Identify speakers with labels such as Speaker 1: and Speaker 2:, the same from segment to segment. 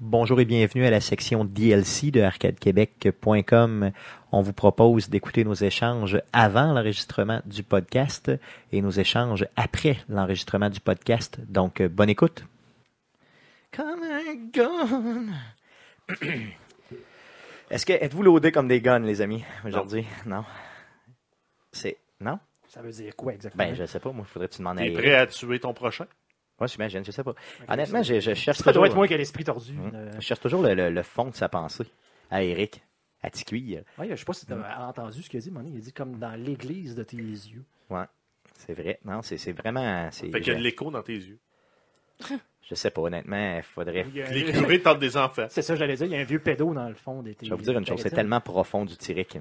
Speaker 1: Bonjour et bienvenue à la section DLC de arcadequebec.com. On vous propose d'écouter nos échanges avant l'enregistrement du podcast et nos échanges après l'enregistrement du podcast. Donc, euh, bonne écoute. Come and gone. Est-ce que êtes-vous loadés comme des guns, les amis, aujourd'hui? Non. C'est. Non?
Speaker 2: Ça veut dire quoi exactement?
Speaker 1: Ben, je sais pas, moi, faudrait que tu m'en
Speaker 3: T'es
Speaker 1: ailles.
Speaker 3: prêt à tuer ton prochain?
Speaker 1: Moi, j'imagine, je sais pas.
Speaker 2: Ok,
Speaker 1: Honnêtement,
Speaker 2: ça-
Speaker 1: je, je cherche
Speaker 2: ça doit
Speaker 1: toujours-
Speaker 2: être moi qui ai l'esprit tordu.
Speaker 1: Mm.
Speaker 2: Euh,
Speaker 1: Je cherche toujours le, le- le fond de sa pensée à Eric, à Ticuire.
Speaker 2: ouais, je sais pas si tu
Speaker 1: Hum.
Speaker 2: as entendu ce qu'il a dit, mon ami. Il a dit comme dans l'église de tes yeux.
Speaker 1: C'est vrai. Non, c'est c'est vraiment. c'est-
Speaker 3: Fait qu'il y a de
Speaker 1: Je,
Speaker 3: l'écho dans tes yeux.
Speaker 1: je sais pas, honnêtement, il faudrait.
Speaker 2: Il y a-
Speaker 3: Les curés tentent des enfants.
Speaker 2: C'est ça, j'allais dire. Il y a un vieux pédo dans le fond des tes
Speaker 1: Je vais vous dire une chose, c'est tellement profond du Tiric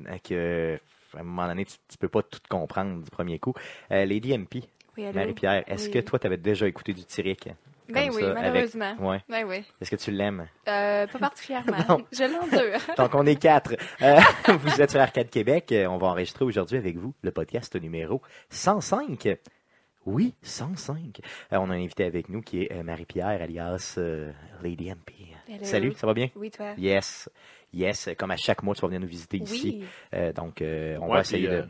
Speaker 1: euh, que. À un moment donné, tu, tu peux pas tout comprendre du premier coup. Euh, Lady MP,
Speaker 4: Oui, allô?
Speaker 1: Marie-Pierre, est-ce
Speaker 4: Oui.
Speaker 1: que toi, tu avais déjà écouté du Tiric?
Speaker 4: Ben
Speaker 1: comme
Speaker 4: oui,
Speaker 1: ça, avec-
Speaker 4: malheureusement.
Speaker 1: Ouais.
Speaker 4: Ben oui.
Speaker 1: Est-ce que tu l'aimes?
Speaker 4: Euh, pas particulièrement.
Speaker 1: Non.
Speaker 4: Je l'endure.
Speaker 1: Donc, on est quatre. Euh, vous êtes sur Arcade Québec. Euh, On va enregistrer aujourd'hui avec vous le podcast numéro 105. Oui, 105. Euh, on a un invité avec nous qui est euh, Marie-Pierre, alias euh, Lady MP.
Speaker 4: Hello.
Speaker 1: Salut, ça va bien?
Speaker 4: Oui, toi.
Speaker 1: Yes. Yes, comme à chaque mois, tu vas venir nous visiter ici.
Speaker 4: Oui.
Speaker 1: Euh, donc, euh, on
Speaker 3: Ouais,
Speaker 1: va essayer
Speaker 3: puis,
Speaker 1: de...
Speaker 3: euh,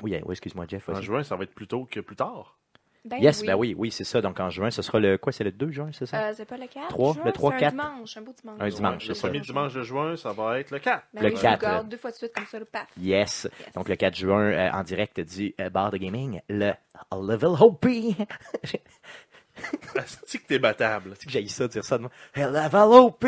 Speaker 1: Oui, euh, oui, excuse-moi, Jeff.
Speaker 3: En
Speaker 1: vas-y.
Speaker 3: juin, ça va être plus tôt que plus tard.
Speaker 4: Ben
Speaker 1: yes,
Speaker 4: oui.
Speaker 1: ben oui, oui, c'est ça. Donc, en juin, ce sera le... Quoi, c'est le 2 juin, c'est ça?
Speaker 4: Euh, c'est pas le 4
Speaker 1: Trois,
Speaker 4: juin,
Speaker 1: le trois,
Speaker 4: c'est
Speaker 1: quatre.
Speaker 4: un dimanche, un beau dimanche.
Speaker 1: Un dimanche,
Speaker 3: Ouais,
Speaker 1: c'est
Speaker 3: le
Speaker 1: ça.
Speaker 3: premier dimanche de juin, ça va être le 4.
Speaker 4: Ben
Speaker 1: Le
Speaker 4: oui, je
Speaker 1: quatre.
Speaker 4: regarde deux fois de suite comme ça, le paf.
Speaker 1: Yes.
Speaker 4: Yes.
Speaker 1: Donc, le 4 juin, euh, en direct du euh, bar de gaming, le Level Hopi.
Speaker 3: Asti que t'es battable.
Speaker 1: C'est que j'ai ça, de dire ça de moi. Hey, level OP!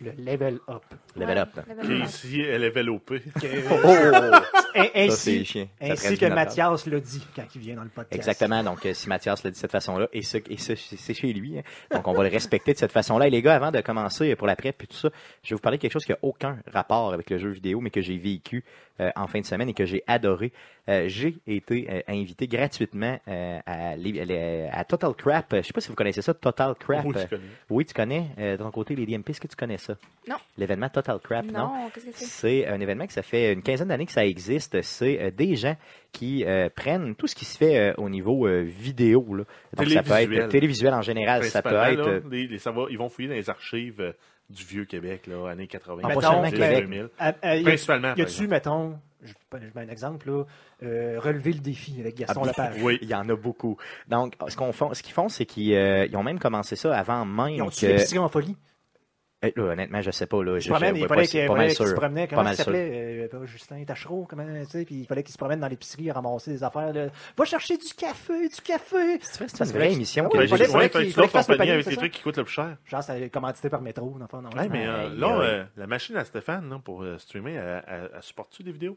Speaker 2: Le level up.
Speaker 1: Level
Speaker 4: Ouais,
Speaker 1: up. là.
Speaker 4: level
Speaker 3: Qui
Speaker 4: up.
Speaker 3: ici est level OP.
Speaker 1: Oh, oh, oh.
Speaker 2: Ain-
Speaker 1: Ça, c'est
Speaker 2: ainsi
Speaker 1: chiant. Ça
Speaker 2: ainsi
Speaker 1: traduit notre
Speaker 2: que
Speaker 1: âge.
Speaker 2: Mathias l'a dit quand il vient dans le podcast.
Speaker 1: Exactement. Donc, euh, si Mathias le dit de cette façon-là, et, ce, et ce- c'est chez lui, hein. donc on va le respecter de cette façon-là. Et les gars, avant de commencer pour la prep et tout ça, je vais vous parler de quelque chose qui n'a aucun rapport avec le jeu vidéo, mais que j'ai vécu euh, en fin de semaine et que j'ai adoré. Euh, j'ai été euh, invité gratuitement euh, à, l'é- à l'é- à Total Crap. Je sais pas si vous connaissez ça, Total Crap.
Speaker 3: Oui, je connais.
Speaker 1: Oui, tu connais. Euh, de ton côté, les DMP, est-ce que tu connais ça?
Speaker 4: Non.
Speaker 1: L'événement Total Crap, non?
Speaker 4: Non, qu'est-ce que c'est?
Speaker 1: C'est un événement que ça fait une quinzaine d'années que ça existe. C'est euh, des gens qui euh, prennent tout ce qui se fait euh, au niveau euh, vidéo. Là. Donc ça peut
Speaker 3: Télévisuel.
Speaker 1: être télévisuel en général, ça peut
Speaker 3: Principalement,
Speaker 1: être.
Speaker 3: là,
Speaker 1: euh,
Speaker 3: les- les- ça va- ils vont fouiller dans les archives euh, du vieux Québec, là, années 80,
Speaker 1: Ah,
Speaker 2: pas
Speaker 3: 90,
Speaker 2: seulement Québec.
Speaker 3: 2000.
Speaker 2: Ah, ah, y a-
Speaker 3: Principalement.
Speaker 2: y
Speaker 3: par
Speaker 2: a-tu, mettons, je, je mets un exemple, là, euh, relever le défi avec Gaston
Speaker 1: Ah,
Speaker 2: Lapage.
Speaker 3: exemple. Oui.
Speaker 1: Il y en a beaucoup. Donc, ce qu'on font- ce qu'ils font, c'est qu'ils euh, ils ont même commencé ça avant même
Speaker 2: Ils ont
Speaker 1: que.
Speaker 2: tué l'épicerie en folie.
Speaker 1: Euh, là, honnêtement, je sais pas là.
Speaker 2: Il
Speaker 1: je-
Speaker 2: se promène,
Speaker 1: je-
Speaker 2: il
Speaker 1: ouais,
Speaker 2: fallait
Speaker 1: pas-
Speaker 2: qu'il
Speaker 1: pas
Speaker 2: fallait
Speaker 1: mal
Speaker 2: qu'il
Speaker 1: sûr.
Speaker 2: se promenait, comment
Speaker 1: mal
Speaker 2: il s'appelait, Euh, euh, Justin Tachereau, comment, tu sais, puis il fallait qu'il se promène dans l'épicerie à ramasser des affaires, là. va chercher du café, du café.
Speaker 1: C'est une vraie émission.
Speaker 2: Ah
Speaker 1: que
Speaker 2: oui,
Speaker 3: Fait
Speaker 1: j'ai-
Speaker 2: fallait-
Speaker 3: que-
Speaker 2: fallait
Speaker 3: Ben, ouais, fait
Speaker 2: qu'il-
Speaker 3: que tu
Speaker 2: fallait
Speaker 3: dois
Speaker 2: qu'il fasse le
Speaker 3: compagnie
Speaker 2: panier,
Speaker 3: avec
Speaker 2: c'est
Speaker 3: les
Speaker 2: ça?
Speaker 3: trucs qui coûtent le plus cher.
Speaker 2: Genre, ça commandité par métro, dans le fond, non,
Speaker 3: Ouais, mais euh,
Speaker 1: aïe,
Speaker 3: là,
Speaker 1: aïe.
Speaker 3: euh, la machine à Stéphane, là, pour euh, streamer, elle, elle- elle supporte-tu des vidéos?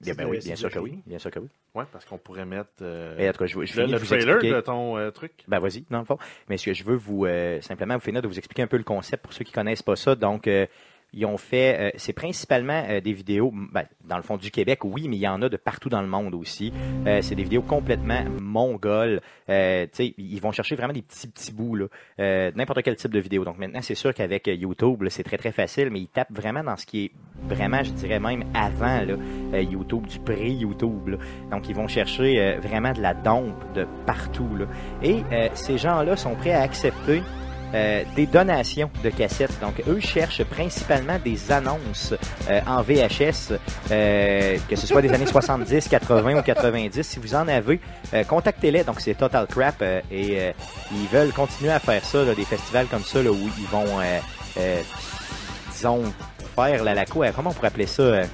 Speaker 1: Bien, ben
Speaker 2: c'est-
Speaker 1: oui,
Speaker 2: c'est
Speaker 1: bien
Speaker 2: du
Speaker 1: sûr que
Speaker 2: prix.
Speaker 1: oui, bien sûr que oui.
Speaker 3: Ouais, parce qu'on pourrait mettre euh,
Speaker 1: Et en tout cas, je, je
Speaker 3: le,
Speaker 1: finis
Speaker 3: le
Speaker 1: de vous
Speaker 3: trailer
Speaker 1: expliquer.
Speaker 3: de ton euh, truc.
Speaker 1: Ben vas-y, dans le fond. Mais ce que je veux vous euh, simplement vous finir de vous expliquer un peu le concept pour ceux qui connaissent pas ça. Donc euh, ils ont fait, euh, c'est principalement euh, des vidéos, ben, dans le fond du Québec, oui, mais il y en a de partout dans le monde aussi. Euh, c'est des vidéos complètement mongoles. Euh, tu sais, ils vont chercher vraiment des petits petits bouts là, euh, n'importe quel type de vidéo. Donc maintenant, c'est sûr qu'avec euh, YouTube, là, c'est très très facile, mais ils tapent vraiment dans ce qui est vraiment, je dirais même avant là, euh, YouTube, du pré-YouTube. là. Donc ils vont chercher euh, vraiment de la dompe de partout là. Et euh, ces gens-là sont prêts à accepter euh, des donations de cassettes. Donc, eux cherchent principalement des annonces euh, en VHS, euh, que ce soit des années 70, 80 ou 90. Si vous en avez, euh, contactez-les. Donc, c'est Total Crap euh, et euh, ils veulent continuer à faire ça, là, des festivals comme ça, là, où ils vont, euh, euh, disons, faire la, la quoi, comment on pourrait appeler ça euh,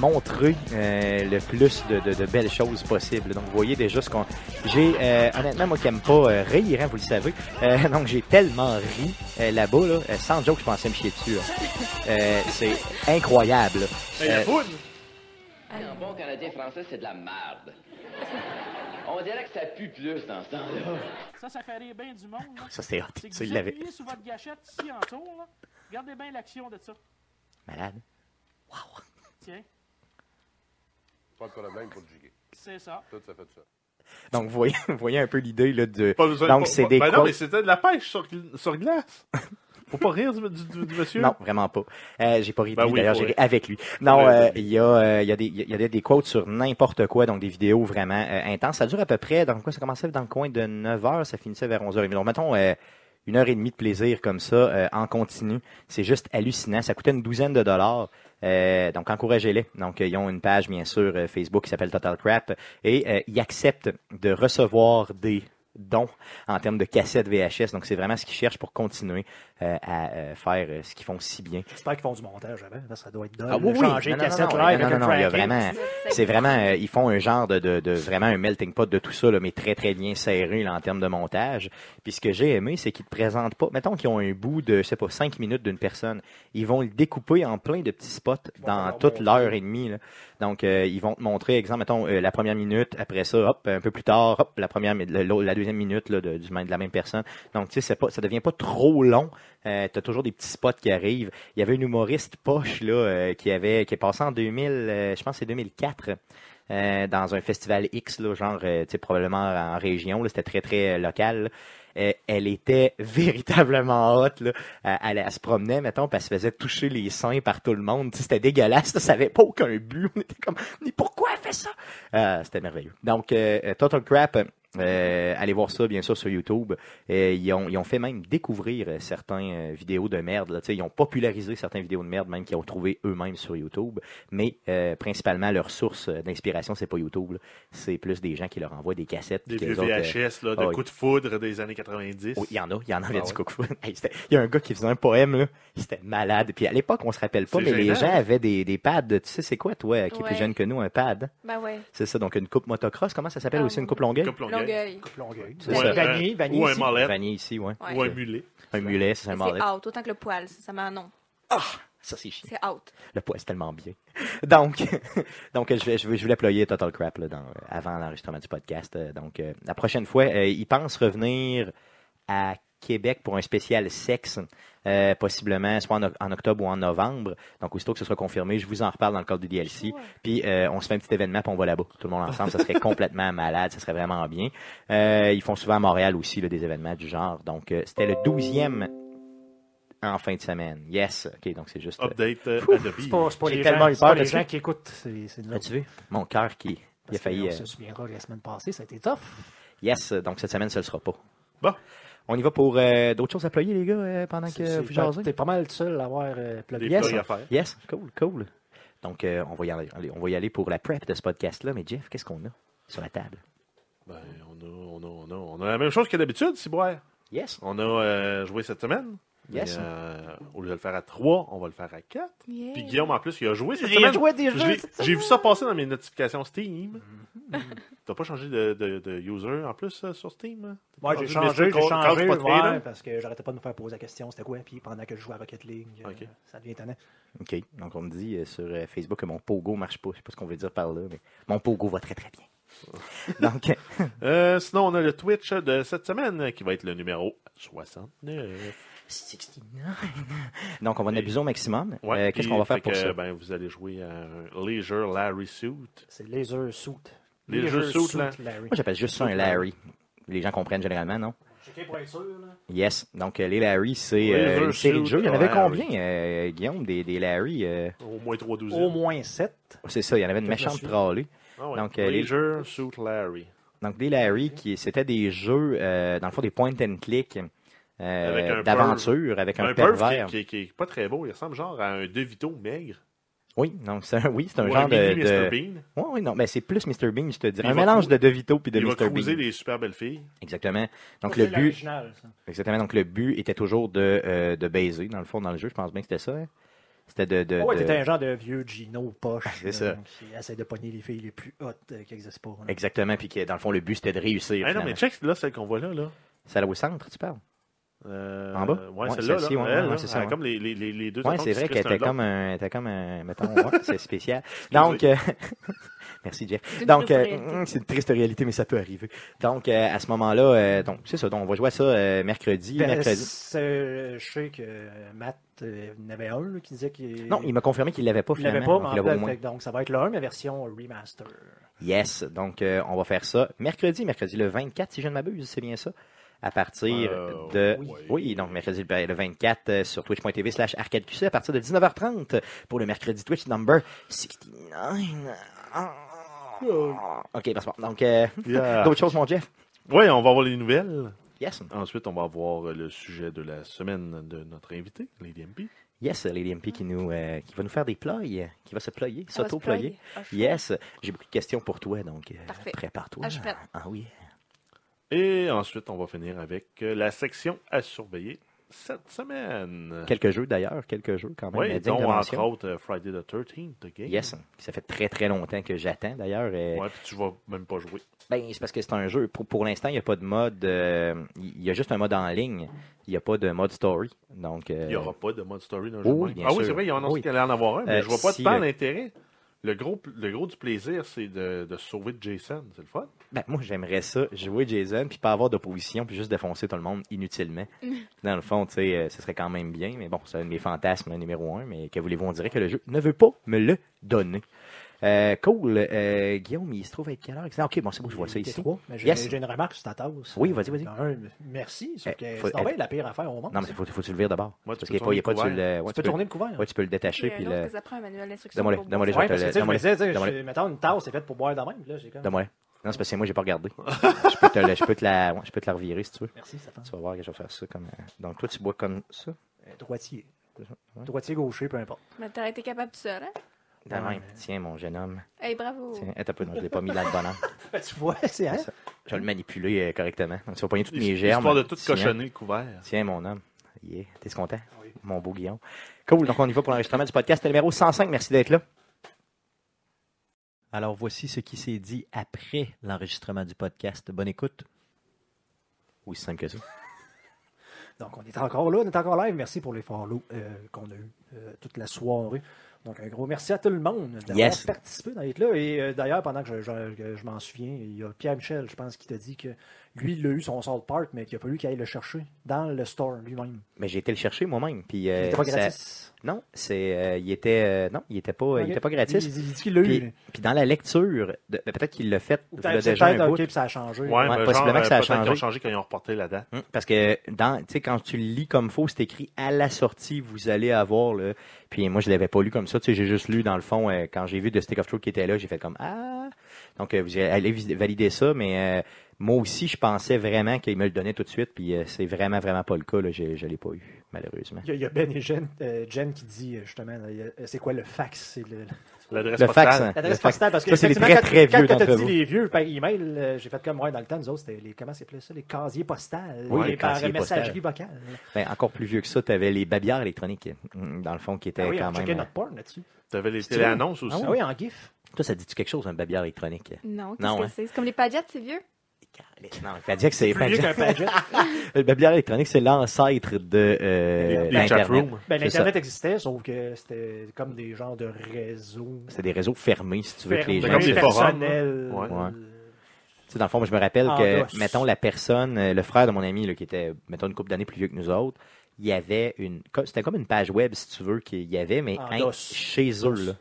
Speaker 1: montrer euh, le plus de, de- de belles choses possibles. Donc, vous voyez déjà ce qu'on... J'ai, euh, honnêtement, moi qui aime pas euh, rire, hein, vous le savez, euh, donc j'ai tellement ri euh, là-bas, là, euh, sans joke, je pensais me chier dessus. hein. Euh, c'est incroyable. là.
Speaker 3: Hey, la
Speaker 1: Euh,
Speaker 3: foudre!
Speaker 5: En bon canadien français, c'est de la merde. On dirait que ça pue plus dans ce temps-là.
Speaker 6: Ça, ça fait rire bien du monde. Là.
Speaker 1: ça, c'est hot.
Speaker 6: C'est que
Speaker 1: Ça, il
Speaker 6: vous
Speaker 1: l'avait.
Speaker 6: appuyez sur votre gâchette ici en tour. Là. Regardez bien l'action de ça.
Speaker 1: Malade.
Speaker 6: Tiens,
Speaker 7: Pas de problème pour le jiguer.
Speaker 6: c'est ça.
Speaker 7: Tout ça fait de ça.
Speaker 1: Donc, vous voyez, vous voyez un peu l'idée là, de...
Speaker 3: Pas besoin-
Speaker 1: Donc,
Speaker 3: pas-
Speaker 1: c'est
Speaker 3: pas-
Speaker 1: des
Speaker 3: ben non,
Speaker 1: quotes.
Speaker 3: mais c'était de la pêche sur, gl- sur glace. Faut pas rire du, du- du- du monsieur.
Speaker 1: Non, vraiment pas. Euh, j'ai pas ri de
Speaker 3: Ben
Speaker 1: lui,
Speaker 3: oui,
Speaker 1: d'ailleurs,
Speaker 3: faut
Speaker 1: j'ai ri
Speaker 3: rire.
Speaker 1: avec lui. Non,
Speaker 3: rire de
Speaker 1: euh, il y a, euh, il y a, des, il y a des- des quotes sur n'importe quoi, donc des vidéos vraiment euh, intenses. Ça dure à peu près, dans quoi ça commençait dans le coin de 9h, ça finissait vers 11h30. Donc, mettons, euh, une heure et demie de plaisir comme ça, euh, en continu. C'est juste hallucinant. Ça coûtait une douzaine de dollars. Euh, donc, encouragez-les. Donc, euh, ils ont une page, bien sûr, euh, Facebook qui s'appelle Total Crap. Et euh, ils acceptent de recevoir des dons en termes de cassettes VHS. Donc, c'est vraiment ce qu'ils cherchent pour continuer euh, à euh, faire euh, ce qu'ils font si bien.
Speaker 2: J'espère qu'ils font du montage avant, parce que ça doit être dingue.
Speaker 1: Ah oui, oui.
Speaker 2: Changer
Speaker 1: Non, non,
Speaker 2: cassette
Speaker 1: non,
Speaker 2: live
Speaker 1: non,
Speaker 2: avec
Speaker 1: non,
Speaker 2: un
Speaker 1: non, il y a
Speaker 2: tracking.
Speaker 1: vraiment- C'est vraiment, euh, ils font un genre de, de, de- vraiment un melting pot de tout ça, là, mais très très bien serré là, en termes de montage. Puis ce que j'ai aimé, c'est qu'ils te présentent pas. Mettons qu'ils ont un bout de, je sais pas, cinq minutes d'une personne, ils vont le découper en plein de petits spots
Speaker 2: vont te
Speaker 1: dans
Speaker 2: leur
Speaker 1: toute
Speaker 2: montrer.
Speaker 1: l'heure et demie. là. Donc euh, ils vont te montrer, exemple, mettons euh, la première minute, après ça, hop, un peu plus tard, hop, la première, mi- le- l'autre- la deuxième minute là, de, du même- de la même personne. Donc tu sais, c'est pas, ça devient pas trop long. Euh, T'as toujours des petits spots qui arrivent. Il y avait une humoriste poche là euh, qui avait qui est passée en 2000, euh, je pense que c'est 2004 euh, dans un festival X, là, genre, euh, tu sais, probablement en région, là, c'était très, très euh, local. là. Euh, elle était véritablement hot, là. Euh, elle, elle se promenait, mettons, puis elle se faisait toucher les seins par tout le monde. Tu sais, C'était dégueulasse, là, ça n'avait pas aucun but. On était comme, mais pourquoi elle fait ça? Euh, c'était merveilleux. Donc, euh, euh, Total Crap, euh, allez voir ça, bien sûr, sur YouTube. Euh, ils, ont, ils ont fait même découvrir euh, certains euh, vidéos de merde. Là, Tu sais, ils ont popularisé certaines vidéos de merde, même qu'ils ont trouvé eux-mêmes sur YouTube. Mais euh, principalement, leur source euh, d'inspiration, c'est pas YouTube. là. C'est plus des gens qui leur envoient des cassettes.
Speaker 3: Des
Speaker 1: puis que
Speaker 3: vieux
Speaker 1: les autres, euh,
Speaker 3: VHS, là, de
Speaker 1: ah oui.
Speaker 3: coups de foudre des années 90.
Speaker 1: oui, il y en a, il y en avait
Speaker 3: Ah
Speaker 1: du
Speaker 3: ouais?
Speaker 1: coucou. Hey, c'était- Il y a un gars qui faisait un poème, là. C'était malade. Puis à l'époque, on se rappelle pas,
Speaker 3: C'est
Speaker 1: mais les
Speaker 3: gênant. hein?
Speaker 1: gens avaient des, des pads. Tu sais, c'est quoi, toi, qui est plus
Speaker 4: Ouais.
Speaker 1: jeune que nous, un pad?
Speaker 4: Ben ouais,
Speaker 1: C'est ça, donc une coupe motocross. Comment ça s'appelle
Speaker 4: Ah,
Speaker 1: aussi, une
Speaker 4: mon
Speaker 1: coupe
Speaker 4: Dieu.
Speaker 1: longueuil?
Speaker 3: Coupe longueuil.
Speaker 4: Longueuil.
Speaker 2: Longueuil.
Speaker 1: C'est ça.
Speaker 2: Vanille, vanille.
Speaker 3: Ou un
Speaker 2: ici.
Speaker 3: mollet.
Speaker 1: Vanille ici, ouais.
Speaker 4: Ouais.
Speaker 3: Ou un mulet.
Speaker 1: Un mulet, c'est un
Speaker 4: Mais C'est
Speaker 1: malade.
Speaker 4: out, autant que le poil, ça, ça m'a un nom.
Speaker 1: Ça, c'est chiant.
Speaker 4: C'est out.
Speaker 1: Le poids, c'est tellement bien. Donc, donc je, vais- je, vais- je voulais ployer Total Crap là, dans- avant l'enregistrement du podcast. Euh, Donc, euh, la prochaine fois, euh, ils pensent revenir à Québec pour un spécial sexe, euh, possiblement soit en, oc- en octobre ou en novembre. Donc, aussitôt que ce sera confirmé, je vous en reparle dans le cadre du DLC. Puis, euh, on se fait un petit événement, puis on va là-bas, tout le monde ensemble. Ça serait complètement malade, ça serait vraiment bien. Euh, ils font souvent à Montréal aussi là, des événements du genre. Donc, euh, c'était le 12e en fin de semaine. Yes. OK, donc c'est juste... euh,
Speaker 3: Update euh,
Speaker 2: C'est
Speaker 3: Adobe.
Speaker 2: pas, c'est pas
Speaker 1: J'ai
Speaker 2: les
Speaker 1: tellement
Speaker 2: gens,
Speaker 1: eu
Speaker 2: c'est pas
Speaker 1: peur
Speaker 2: les
Speaker 1: de ça. Ben,
Speaker 2: gens qui écoutent. C'est c'est nous autres.
Speaker 1: As-tu vu? Mon cœur qui il a
Speaker 2: Parce que
Speaker 1: failli.
Speaker 2: On
Speaker 1: euh,
Speaker 2: se souviendra que la semaine passée, ça a été tough.
Speaker 1: yes, euh, donc cette semaine, ça ne le sera pas.
Speaker 3: Bon.
Speaker 1: On y va pour euh, d'autres choses à ployer, les gars, euh, pendant
Speaker 2: C'est-
Speaker 1: que
Speaker 2: c'est-
Speaker 1: vous jasez.
Speaker 2: T'es pas mal seul à avoir euh,
Speaker 3: Des
Speaker 2: plugué.
Speaker 1: Yes.
Speaker 3: plugs à faire.
Speaker 1: Yes, cool, cool. Donc, euh, on, va y aller, allez, on va y aller pour la prep de ce podcast-là. Mais Jeff, qu'est-ce qu'on a sur la table?
Speaker 3: Ben, on a, on a, on a, on a la même chose que d'habitude, Ciboire.
Speaker 1: Yes,
Speaker 3: On a euh, joué cette semaine.
Speaker 1: yes.
Speaker 3: Mais, euh, au lieu de le faire à 3, on va le faire à 4.
Speaker 4: Yeah.
Speaker 3: Puis Guillaume, en plus, il a joué cette
Speaker 2: Il a
Speaker 3: semaine.
Speaker 2: joué déjà
Speaker 3: Je l'ai-
Speaker 2: cette
Speaker 3: J'ai vu ça passer dans mes notifications Steam. Mm-hmm. T'as pas changé de, de- de user en plus euh, sur Steam? hein?
Speaker 2: Moi,
Speaker 3: T'as
Speaker 2: j'ai
Speaker 3: pas
Speaker 2: changé,
Speaker 3: des
Speaker 2: j'ai changé,
Speaker 3: couches poitrines,
Speaker 2: ouais,
Speaker 3: hein?
Speaker 2: parce que j'arrêtais pas de me faire poser la question, c'était quoi, puis pendant que je jouais à Rocket League, euh,
Speaker 3: Ok.
Speaker 2: ça devient étonnant.
Speaker 1: OK. Donc, on me dit euh, sur euh, Facebook que mon pogo marche pas. Je sais pas ce qu'on veut dire par là, mais mon pogo va très, très bien. donc, euh,
Speaker 3: Euh, sinon, on a le Twitch de cette semaine qui va être le numéro 69.
Speaker 1: 69. donc, on va en
Speaker 3: Et-
Speaker 1: abuser au maximum.
Speaker 3: Ouais,
Speaker 1: Euh,
Speaker 3: puis,
Speaker 1: qu'est-ce qu'on va faire
Speaker 3: fait
Speaker 1: pour
Speaker 3: que,
Speaker 1: ça?
Speaker 3: Ben, vous allez jouer à un Leisure Larry Suit.
Speaker 2: C'est Laser Suit.
Speaker 3: Les jeux
Speaker 2: Suit,
Speaker 3: suit, là.
Speaker 2: Larry.
Speaker 1: Moi, j'appelle juste ça un Larry. Les gens comprennent généralement, non?
Speaker 2: Checker pour être sûr, là.
Speaker 1: Yes. Donc, euh, les Larry, c'est
Speaker 3: Oui,
Speaker 1: euh,
Speaker 3: jeux
Speaker 1: une série de
Speaker 3: shoot,
Speaker 1: jeux. Il y en avait
Speaker 3: Larry.
Speaker 1: combien, euh, Guillaume, des, des Larry? euh?
Speaker 3: Au moins 3 12
Speaker 2: Au moins 7.
Speaker 1: C'est ça, il y en avait une
Speaker 2: Peut-être
Speaker 1: méchante
Speaker 2: monsieur.
Speaker 1: trollée. Donc, euh, les-
Speaker 3: Leisure Suit Larry.
Speaker 1: Donc, des Larry, qui c'était des jeux, euh, dans le fond, des point and click euh,
Speaker 3: Avec un
Speaker 1: d'aventure avec un,
Speaker 3: un perf
Speaker 1: pervers.
Speaker 3: qui, qui- qui est pas très beau. Il ressemble genre à un De Vito maigre.
Speaker 1: Oui, donc c'est un, oui, c'est un
Speaker 3: Ou
Speaker 1: genre de.
Speaker 3: mini
Speaker 1: de-
Speaker 3: Mr. Bean.
Speaker 1: Oui, oui, non, mais c'est plus Mr. Bean, je te dirais.
Speaker 3: Il
Speaker 1: Un
Speaker 3: va
Speaker 1: mélange
Speaker 3: crou-
Speaker 1: de De Vito puis de
Speaker 3: Il va
Speaker 1: Mr.
Speaker 3: croiser
Speaker 1: Bean.
Speaker 3: les super belles filles.
Speaker 1: Exactement. Donc, le but,
Speaker 2: original, ça.
Speaker 1: exactement, donc le but était toujours de, euh, de baiser, dans le fond, dans le jeu. Je pense bien que c'était ça. hein. C'était de. de-
Speaker 2: Ouais,
Speaker 1: Euh, de-
Speaker 2: t'étais un genre de vieux Gino poche.
Speaker 1: c'est
Speaker 2: là,
Speaker 1: ça.
Speaker 2: Qui essaie de pogner les filles les plus hautes euh, qui existent pas. là.
Speaker 1: Exactement, puis que dans le fond, le but, c'était de réussir.
Speaker 3: Ah non,
Speaker 1: finalement.
Speaker 3: mais check là, celle qu'on voit là. là.
Speaker 1: Celle au centre, tu parles?
Speaker 3: Euh,
Speaker 1: En bas?
Speaker 3: Ouais,
Speaker 1: Ouais,
Speaker 3: celle-là.
Speaker 1: celle-ci,
Speaker 3: là,
Speaker 1: ouais,
Speaker 3: elle,
Speaker 1: ouais,
Speaker 3: là.
Speaker 1: c'est ça,
Speaker 3: Elle a
Speaker 1: ouais.
Speaker 3: Comme les, les, les, les deux
Speaker 1: Oui,
Speaker 3: tontons
Speaker 1: c'est
Speaker 3: qui se
Speaker 1: vrai qu'elle
Speaker 3: crissent
Speaker 1: était
Speaker 3: l'un de
Speaker 1: comme, un, était comme un. Mettons, ouais, c'est spécial. Donc, euh, merci Jeff.
Speaker 4: une
Speaker 1: Donc,
Speaker 4: triste
Speaker 1: euh,
Speaker 4: réalité.
Speaker 1: hum, c'est une triste réalité, mais ça peut arriver. Donc, euh, à ce moment-là, euh, donc c'est ça. Donc, on va jouer à ça euh, mercredi.
Speaker 2: Ben,
Speaker 1: mercredi.
Speaker 2: c'est- euh, je sais que euh, Matt euh, en avait un là, qui disait qu'il.
Speaker 1: Non, il m'a confirmé qu'il l'avait pas
Speaker 2: il l'avait
Speaker 1: finalement.
Speaker 2: pas,
Speaker 1: donc
Speaker 2: mais
Speaker 1: il l'a
Speaker 2: en fait,
Speaker 1: au moins.
Speaker 2: fait que donc ça va être le 1, mais version remaster.
Speaker 1: euh, Yes, donc euh, on va faire ça mercredi, mercredi le 24 si je ne m'abuse, c'est bien ça. à partir
Speaker 3: Euh,
Speaker 1: de...
Speaker 3: oui.
Speaker 1: Oui, donc mercredi le 24 euh, sur twitch.tv slash arcadeqc à partir de 19h30 pour le mercredi Twitch number 69. OK, passeport. Donc, euh,
Speaker 3: Yeah.
Speaker 1: d'autres choses, mon Jeff?
Speaker 3: Oui, on va avoir les nouvelles.
Speaker 1: Yes.
Speaker 3: Ensuite, on va avoir euh, le sujet de la semaine de notre invité, Lady MP.
Speaker 1: Yes, Lady MP qui, nous, euh, qui va nous faire des ploys, qui va se ployer,
Speaker 4: Ça va se
Speaker 1: s'auto-ployer.
Speaker 4: ployer. Ah, je-
Speaker 1: Yes, j'ai beaucoup de questions pour toi, donc euh,
Speaker 4: Parfait.
Speaker 1: prépare-toi.
Speaker 4: Ah, je suis prête.
Speaker 1: Ah oui.
Speaker 3: Et ensuite, on va finir avec euh, la section à surveiller cette semaine.
Speaker 1: Quelques jeux d'ailleurs, quelques jeux quand même.
Speaker 3: Oui,
Speaker 1: euh, dignes
Speaker 3: dont
Speaker 1: de
Speaker 3: entre
Speaker 1: mention.
Speaker 3: autres euh, Friday the 13th, The Game.
Speaker 1: Yes, ça fait très très longtemps que j'attends d'ailleurs. euh,
Speaker 3: Ouais, puis tu vas même pas jouer.
Speaker 1: Ben, c'est parce que c'est un jeu. Pour, pour l'instant, il n'y a pas de mode. euh, Il y a juste un mode en ligne. Il n'y a pas de mode story. Donc, euh,
Speaker 3: Il n'y aura pas de mode story dans le
Speaker 1: oui,
Speaker 3: jeu. de même.
Speaker 1: bien
Speaker 3: Ah oui,
Speaker 1: sûr.
Speaker 3: c'est vrai, ils ont annoncé
Speaker 1: Oui.
Speaker 3: qu'il allait en avoir un, mais
Speaker 1: Euh,
Speaker 3: je vois pas
Speaker 1: si
Speaker 3: tant
Speaker 1: le-
Speaker 3: l'intérêt. Le gros, le gros du plaisir, c'est de, de se sauver de Jason. C'est le fun.
Speaker 1: ben, moi, j'aimerais ça, jouer Jason, puis pas avoir d'opposition, puis juste défoncer tout le monde inutilement. Dans le fond, tu sais, euh, ce serait quand même bien. Mais bon, c'est un de mes fantasmes hein, numéro un. Mais que voulez-vous, on dirait que le jeu ne veut pas me le donner. Euh, cool. Euh, Guillaume, il se trouve à être quelle heure? exactement? Ok, bon, c'est bon, je vois ça
Speaker 2: Il était
Speaker 1: ici.
Speaker 2: trois, mais J'ai
Speaker 1: Yes.
Speaker 2: j'ai une remarque sur ta tasse.
Speaker 1: Oui, vas-y, vas-y.
Speaker 2: Un, merci, sauf
Speaker 1: Eh,
Speaker 2: que
Speaker 1: faut-
Speaker 2: c'est en
Speaker 1: eh,
Speaker 2: vrai la pire affaire au monde.
Speaker 1: Non, mais faut, faut que tu le vires d'abord.
Speaker 3: Ouais,
Speaker 1: parce
Speaker 3: tu peux
Speaker 1: qu'il n'y a pas
Speaker 3: tourner
Speaker 1: sur le. ouais,
Speaker 2: tu peux tourner le couvert.
Speaker 1: Ouais, tu peux le
Speaker 4: Puis,
Speaker 1: détacher,
Speaker 4: euh,
Speaker 1: puis
Speaker 4: l'autre,
Speaker 1: le.
Speaker 4: ça prend un manuel d'instruction.
Speaker 1: Donne-moi-le,
Speaker 4: pour
Speaker 1: donne-moi-le,
Speaker 4: boire.
Speaker 1: je vais
Speaker 2: Ouais, parce que, tu sais, je
Speaker 1: Donne-moi-
Speaker 2: me disais, tu sais,
Speaker 1: donne-moi-
Speaker 2: je- mettons, une tasse, c'est faite pour boire de même. Là, j'ai comme...
Speaker 1: Donne-moi la. Non, c'est parce que moi, j'ai pas regardé. je, peux te la, je, peux te la, ouais, je peux te la revirer si tu veux.
Speaker 2: Merci, Stéphane.
Speaker 1: Tu vas voir que je vais faire ça comme. euh, Donc, toi, tu bois comme ça.
Speaker 2: Euh, Droitier.
Speaker 1: C'est ça, ouais.
Speaker 2: Droitier, gaucher, peu importe.
Speaker 4: Mais t'aurais été capable tout seul, hein?
Speaker 1: De
Speaker 2: Ouais.
Speaker 1: même. Tiens, mon jeune homme.
Speaker 4: Hey, bravo!
Speaker 1: Tiens, attends un peu, non, je l'ai pas mis là le bonhomme.
Speaker 2: tu vois, c'est hein?
Speaker 1: ça. Je vais le manipuler euh, correctement. Tu vas pogner toutes mes germes.
Speaker 3: Histoire de tout
Speaker 1: Tiens.
Speaker 3: cochonner le couvert.
Speaker 1: Tiens, mon homme. Yeah. T'es content?
Speaker 3: Ah
Speaker 1: Mon beau Guillaume. Cool. Donc, on y va pour l'enregistrement du podcast numéro 105. Merci d'être là. Alors, voici ce qui s'est dit après l'enregistrement du podcast. Bonne écoute. Oui, c'est simple que ça.
Speaker 2: Donc, on est encore là, on est encore live. Merci pour les follow euh, qu'on a eu euh, toute la soirée. Donc, un gros merci à tout le monde d'avoir
Speaker 1: Yes.
Speaker 2: participé, d'être là. Et euh, d'ailleurs, pendant que je, je- que je m'en souviens, il y a Pierre Michel, je pense, qui t'a dit que lui, il a eu son sort part, mais qu'il a fallu qu'il aille le chercher dans le store lui-même.
Speaker 1: Mais j'ai été le chercher moi-même. Puis,
Speaker 2: Il
Speaker 1: euh,
Speaker 2: était pas
Speaker 1: ça-
Speaker 2: gratis.
Speaker 1: Non, c'est euh, il était euh, non, il était pas il
Speaker 2: Ok.
Speaker 1: était pas gratis.
Speaker 2: Il, il dit qu'il l'a eu.
Speaker 1: Puis,
Speaker 2: lui.
Speaker 1: puis dans la lecture, de- ben, peut-être qu'il l'a fait
Speaker 2: Ou
Speaker 1: il y a
Speaker 2: peut-être, c'est
Speaker 1: déjà un
Speaker 2: peut-être,
Speaker 1: bout.
Speaker 2: ok, puis ça a changé.
Speaker 3: Ouais,
Speaker 1: Ouais,
Speaker 3: mais
Speaker 1: possiblement
Speaker 3: genre,
Speaker 1: que ça a
Speaker 3: euh, peut-être qu'ils ont
Speaker 1: changé.
Speaker 3: changé quand ils ont reporté la date.
Speaker 1: Hum, Parce que dans, tu sais, quand tu le lis comme faux, c'est écrit à la sortie, vous allez avoir le. Puis moi, je l'avais pas lu comme ça. Tu sais, j'ai juste lu dans le fond euh, quand j'ai vu de Stick of Truth qui était là, j'ai fait comme ah. Donc euh, vous allez vis- valider ça, mais euh, moi aussi, je pensais vraiment qu'il me le donnait tout de suite. Puis euh, c'est vraiment vraiment pas le cas. Là, je, je l'ai pas eu malheureusement.
Speaker 2: Il y a- il y a Ben et Jen, euh, Jen qui dit euh, justement, là, il y a- c'est quoi le fax C'est le-
Speaker 3: L'adresse
Speaker 1: Le
Speaker 3: postale.
Speaker 1: fax. hein, le
Speaker 2: L'adresse
Speaker 1: fax.
Speaker 2: postale, parce que
Speaker 1: Ça, c'est les
Speaker 2: effectivement,
Speaker 1: très, très
Speaker 2: quand-
Speaker 1: vieux
Speaker 2: quand t'as
Speaker 1: d'entre
Speaker 2: dit
Speaker 1: vous.
Speaker 2: les vieux par email, euh, j'ai fait comme moi dans le temps, nous autres, c'était les comment s'appelait ça, les casiers postales,
Speaker 1: Oui,
Speaker 2: et
Speaker 1: les
Speaker 2: par
Speaker 1: casiers
Speaker 2: messagerie vocale.
Speaker 1: Ben, encore plus vieux que ça, tu avais les babières électroniques hum, dans le fond qui étaient
Speaker 2: Ah oui, on
Speaker 1: quand
Speaker 2: checkait
Speaker 1: même. Ah
Speaker 2: notre porn là-dessus.
Speaker 3: T'avais les
Speaker 2: C'est-tu?
Speaker 3: téléannonces aussi.
Speaker 2: Ah oui, en gif.
Speaker 1: Toi, ça dit-tu quelque chose, un babière électronique?
Speaker 4: Non, qu'est-ce
Speaker 1: Non,
Speaker 4: que
Speaker 1: hein.
Speaker 4: c'est? C'est comme les pagettes, c'est vieux?
Speaker 1: Non, le Padiac, c'est.
Speaker 2: Plus vieux
Speaker 1: Padiac-
Speaker 2: qu'un Padgett.
Speaker 1: Le babière électronique, c'est l'ancêtre de. Euh,
Speaker 3: Les- les
Speaker 1: d'Internet.
Speaker 3: chatrooms.
Speaker 2: Ben,
Speaker 1: C'est
Speaker 2: L'Internet existait, sauf que c'était comme des genres de réseaux.
Speaker 1: C'est des réseaux fermés, si tu veux, que les
Speaker 2: Ben
Speaker 1: gens.
Speaker 3: Comme
Speaker 1: se-
Speaker 3: des forums.
Speaker 2: personnels.
Speaker 3: Ouais.
Speaker 1: Ouais. Tu sais, dans le fond, moi, je me rappelle
Speaker 2: En
Speaker 1: que,
Speaker 2: gosse.
Speaker 1: mettons, la personne, euh, le frère de mon ami, là, qui était, mettons, une couple d'années plus vieux que nous autres, il y avait une. co- C'était comme une page web, si tu veux, qu'il y avait, mais
Speaker 2: En
Speaker 1: hein,
Speaker 2: DOS.
Speaker 1: chez eux, là.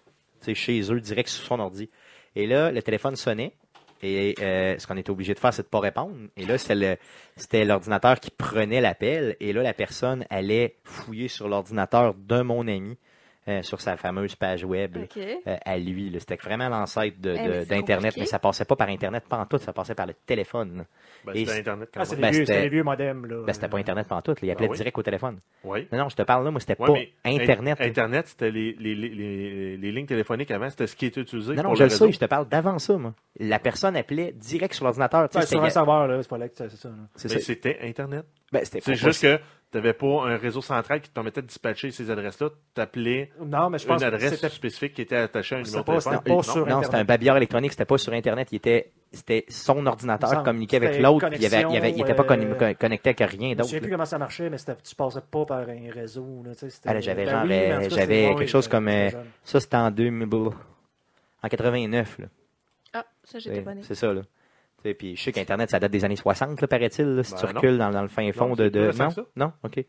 Speaker 1: Tu sais, chez eux, direct sur son ordi. Et là, le téléphone sonnait. Et euh, ce qu'on était obligé de faire, c'est de pas répondre. Et là, c'était le- c'était l'ordinateur qui prenait l'appel. Et là, la personne allait fouiller sur l'ordinateur de mon ami, euh, sur sa fameuse page web. là.
Speaker 4: Ok.
Speaker 1: euh, à lui. là. C'était vraiment l'ancêtre de-
Speaker 4: Eh, mais
Speaker 1: de-
Speaker 4: c'est
Speaker 1: d'Internet,
Speaker 4: compliqué.
Speaker 1: mais, ça passait pas par Internet, pas en tout, ça passait par le téléphone.
Speaker 3: Ben,
Speaker 1: Et
Speaker 3: c'était
Speaker 1: c'est-
Speaker 3: Internet quand
Speaker 2: Ah, c'est
Speaker 3: même.
Speaker 2: des
Speaker 1: Ben,
Speaker 2: vieux-
Speaker 1: c'était-
Speaker 2: c'est des vieux modems. là.
Speaker 1: Ben, c'était pas Internet pas en tout, là. il appelait
Speaker 3: Ah oui?
Speaker 1: direct au téléphone.
Speaker 3: Oui.
Speaker 1: Non, non, je te parle là, moi, c'était
Speaker 3: Ouais,
Speaker 1: pas
Speaker 3: mais in-
Speaker 1: Internet.
Speaker 3: Internet, c'était les, les, les, les, les lignes téléphoniques avant, c'était ce qui était utilisé.
Speaker 1: non, non,
Speaker 3: pour
Speaker 1: je le
Speaker 3: réseau.
Speaker 1: sais, je te parle d'avant ça, moi. La personne appelait direct sur l'ordinateur. tu
Speaker 2: Ouais,
Speaker 1: sais,
Speaker 2: Sur un
Speaker 1: c'était-
Speaker 2: serveur, là, c'est pas là que ça- c'est ça. là.
Speaker 1: c'est
Speaker 3: Mais
Speaker 1: ça.
Speaker 3: Ben, c'était Internet.
Speaker 1: Ben, c'était
Speaker 3: C'est
Speaker 1: pas
Speaker 3: juste que tu n'avais pas un réseau central qui te permettait de dispatcher ces adresses-là. Tu appelais
Speaker 2: Non, mais je
Speaker 3: une
Speaker 2: pense que
Speaker 3: adresse
Speaker 2: c'était
Speaker 3: spécifique qui était attachée à un
Speaker 2: C'est
Speaker 3: numéro de
Speaker 2: pas-
Speaker 3: téléphone.
Speaker 2: c'était pas sur
Speaker 1: Non, c'était un
Speaker 2: Internet.
Speaker 1: babillard électronique, c'était pas sur Internet. Il était, c'était son
Speaker 2: Il
Speaker 1: ordinateur
Speaker 2: me
Speaker 1: qui communiquait avec
Speaker 2: semble.
Speaker 1: l'autre, puis
Speaker 2: C'était
Speaker 1: il, avait, il, avait- il était pas con-
Speaker 2: connexion, euh,
Speaker 1: connecté avec rien
Speaker 2: Je ne
Speaker 1: d'autre.
Speaker 2: sais plus
Speaker 1: là.
Speaker 2: comment ça marchait, mais c'était- tu passais pas par un réseau. Là, tu sais, c'était-
Speaker 1: Ah, là, j'avais
Speaker 2: Ben
Speaker 1: genre,
Speaker 2: oui, mais en tout
Speaker 1: euh,
Speaker 2: cas,
Speaker 1: j'avais
Speaker 2: c'est-
Speaker 1: quelque
Speaker 2: oui,
Speaker 1: chose comme,
Speaker 2: j'étais
Speaker 1: euh,
Speaker 2: jeune.
Speaker 1: Ça, c'était en 2000, en 89. Là.
Speaker 4: Ah, ça, j'étais bonne.
Speaker 1: C'est ça, là. Tu sais, Puis je sais qu'Internet, ça date des années 60, là, paraît-il, là, si
Speaker 3: Ben
Speaker 1: tu
Speaker 3: non.
Speaker 1: recules dans, dans le fin fond
Speaker 3: Non,
Speaker 1: de.
Speaker 3: c'est plus
Speaker 1: de...
Speaker 3: récent
Speaker 1: Non?
Speaker 3: que ça.
Speaker 1: non, OK.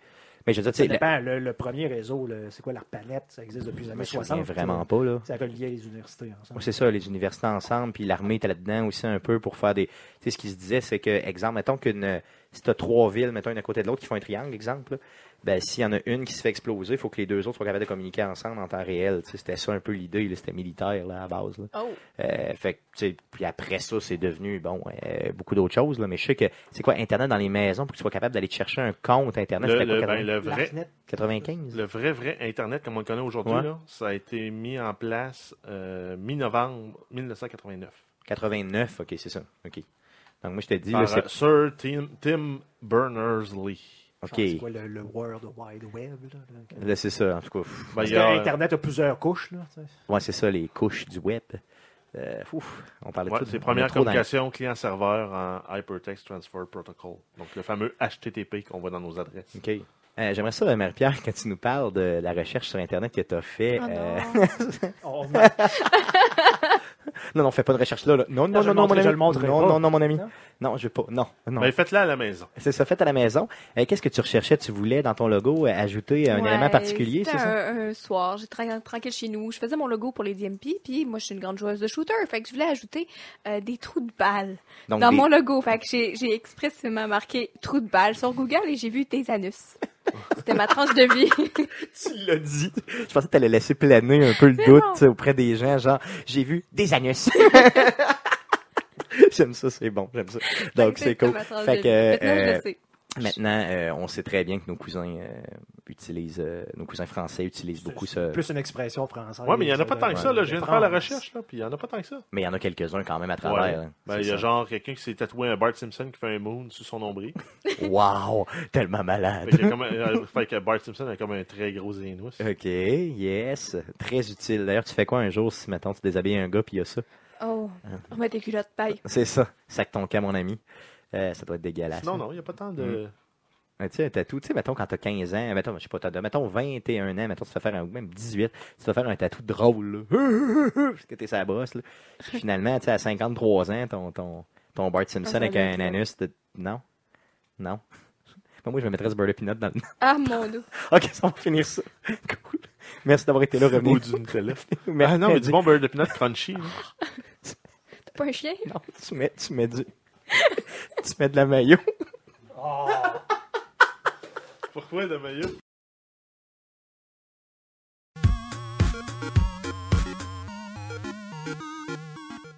Speaker 1: Mais je veux dire, tu
Speaker 2: Ça
Speaker 1: sais, la-
Speaker 2: dépend, le, le premier réseau, le- c'est quoi la palette, ça existe depuis les
Speaker 1: je
Speaker 2: années
Speaker 1: me souviens
Speaker 2: 60.
Speaker 1: vraiment pas, là.
Speaker 2: Ça reliait les universités ensemble.
Speaker 1: Ouais, c'est ça, les universités ensemble, puis l'armée était là-dedans aussi un peu pour faire des. Tu sais, ce qui se disait, c'est que, exemple, mettons qu'une. Si tu as trois villes, mettons, une à côté de l'autre, qui font un triangle, exemple, là, ben, s'il y en a une qui se fait exploser, il faut que les deux autres soient capables de communiquer ensemble en temps réel. Tu sais, C'était ça un peu l'idée, là, c'était militaire, là, à base. là.
Speaker 4: Oh,
Speaker 1: Euh, fait que, tu sais, puis après ça, c'est devenu, bon, euh, beaucoup d'autres choses, là, mais je sais que c'est quoi Internet dans les maisons pour que tu sois capable d'aller te chercher un compte Internet.
Speaker 3: Le,
Speaker 1: c'était quoi,
Speaker 3: le- ben,
Speaker 1: 80?
Speaker 3: le vrai,
Speaker 2: L'Arknet,
Speaker 1: 95?
Speaker 3: le vrai, vrai Internet, comme on le connaît aujourd'hui,
Speaker 1: Ouais.
Speaker 3: là, ça a été mis en place euh, mi-novembre 1989
Speaker 1: 89, ok, c'est ça. Ok. Donc, moi, je te dis,
Speaker 3: par
Speaker 1: là, c'est.
Speaker 3: euh, Sir Tim, Tim Berners-Lee.
Speaker 1: Ok.
Speaker 2: genre, C'est quoi le, le World Wide Web? Là, là?
Speaker 1: Là, c'est ça, en tout cas. pff,
Speaker 3: Ben,
Speaker 2: Parce
Speaker 3: il y a-
Speaker 2: que Internet a plusieurs couches. Là, tu sais.
Speaker 1: Ouais, c'est ça, les couches du web. Euh, ouf, on parlait
Speaker 3: Ouais,
Speaker 1: tout
Speaker 3: c'est
Speaker 1: on est
Speaker 3: première
Speaker 1: trop dans-
Speaker 3: communication client-serveur en Hypertext Transfer Protocol. Donc, le fameux HTTP qu'on voit dans nos adresses.
Speaker 1: OK. Euh, J'aimerais ça, euh, Marie-Pierre, quand tu nous parles de la recherche sur Internet que tu as fait.
Speaker 4: Oh
Speaker 1: euh,
Speaker 4: non.
Speaker 2: On remarque
Speaker 1: non, non, fais pas de recherche là. là. Non, non, non,
Speaker 2: je le
Speaker 1: non, mon
Speaker 2: montrerai,
Speaker 1: ami.
Speaker 2: je le montrerai
Speaker 1: non,
Speaker 2: pas.
Speaker 1: non, non, mon ami.
Speaker 2: Non?
Speaker 1: Non, je veux pas. Non, non.
Speaker 3: Mais Ben, faites-le à la maison.
Speaker 1: C'est ça, fait à la maison. Euh, Qu'est-ce que tu recherchais? Tu voulais, dans ton logo, euh, ajouter un
Speaker 4: Ouais,
Speaker 1: élément particulier,
Speaker 4: c'était
Speaker 1: c'est ça?
Speaker 4: Un, un soir, j'étais tra- tranquille chez nous, je faisais mon logo pour les DMP, puis moi je suis une grande joueuse de shooter, fait que je voulais ajouter euh, des trous de balles
Speaker 1: Donc,
Speaker 4: dans
Speaker 1: des-
Speaker 4: mon logo, fait que j'ai j'ai expressément marqué trous de balles sur Google et j'ai vu des anus. C'était ma tranche de vie.
Speaker 1: tu l'as dit. Je pensais que tu allais laisser planer un peu le doute
Speaker 4: non.
Speaker 1: tu sais, auprès des gens, genre, j'ai vu des anus. j'aime ça, c'est bon, j'aime ça. Donc, c'est cool.
Speaker 4: ma tranche
Speaker 1: Fait
Speaker 4: de
Speaker 1: que,
Speaker 4: vie. Maintenant, je
Speaker 1: euh,
Speaker 4: le sais.
Speaker 1: Maintenant, euh, on sait très bien que nos cousins euh, utilisent, euh, nos cousins français utilisent beaucoup ça.
Speaker 2: plus une expression
Speaker 1: Ah,
Speaker 2: française.
Speaker 3: Ouais, mais il n'y en a pas
Speaker 2: de-
Speaker 3: tant que ça. Là. Je viens de
Speaker 2: France.
Speaker 3: faire la recherche, là, puis il n'y en a pas tant que ça.
Speaker 1: Mais il y en a quelques-uns quand même à travers. hein.
Speaker 3: Ben,
Speaker 1: C'est
Speaker 3: il y a
Speaker 1: ça.
Speaker 3: genre quelqu'un qui s'est tatoué un Bart Simpson qui fait un moon sur son nombril.
Speaker 1: Wow, tellement
Speaker 3: fait,
Speaker 1: malade.
Speaker 3: qu'il y a comme un- euh, fait que Bart Simpson a comme un très gros zénus.
Speaker 1: Ok, yes, très utile. D'ailleurs, tu fais quoi un jour si, mettons, tu déshabilles un gars puis il y a ça?
Speaker 4: Oh,
Speaker 1: Ah.
Speaker 4: on met des culottes paille.
Speaker 1: C'est ça, sac ton cas, mon ami. Euh, ça doit être dégueulasse.
Speaker 3: Non, non, il n'y a pas tant
Speaker 1: Mm.
Speaker 3: de.
Speaker 1: Mais tu sais, un tatou, tu sais, mettons, quand t'as 15 ans, mettons, je sais pas, t'as, de- mettons, 21 ans, mettons, tu te fais faire un, ou même 18, tu te fais faire un tatou drôle, là. Parce que t'es sa brosse, là. Puis finalement, tu sais, à 53 ans, ton, ton, ton Bart Simpson
Speaker 4: Ah, ça
Speaker 1: avec
Speaker 4: doit
Speaker 1: un
Speaker 4: être drôle.
Speaker 1: anus, de- non? Non? Ben, moi, je me mettrais ce beurre de peanut dans le...
Speaker 4: Ah mon dieu.
Speaker 1: ok, ça, on va finir ça. cool. Merci d'avoir été là,
Speaker 3: Ou
Speaker 1: revenu.
Speaker 3: du Nutella.
Speaker 1: Merci.
Speaker 3: Ah non, mais du bon beurre de peanut crunchy. là.
Speaker 4: T'es pas un chien?
Speaker 1: Non, tu mets, tu mets du... tu mets de la maillot.
Speaker 2: Oh.
Speaker 3: Pourquoi le maillot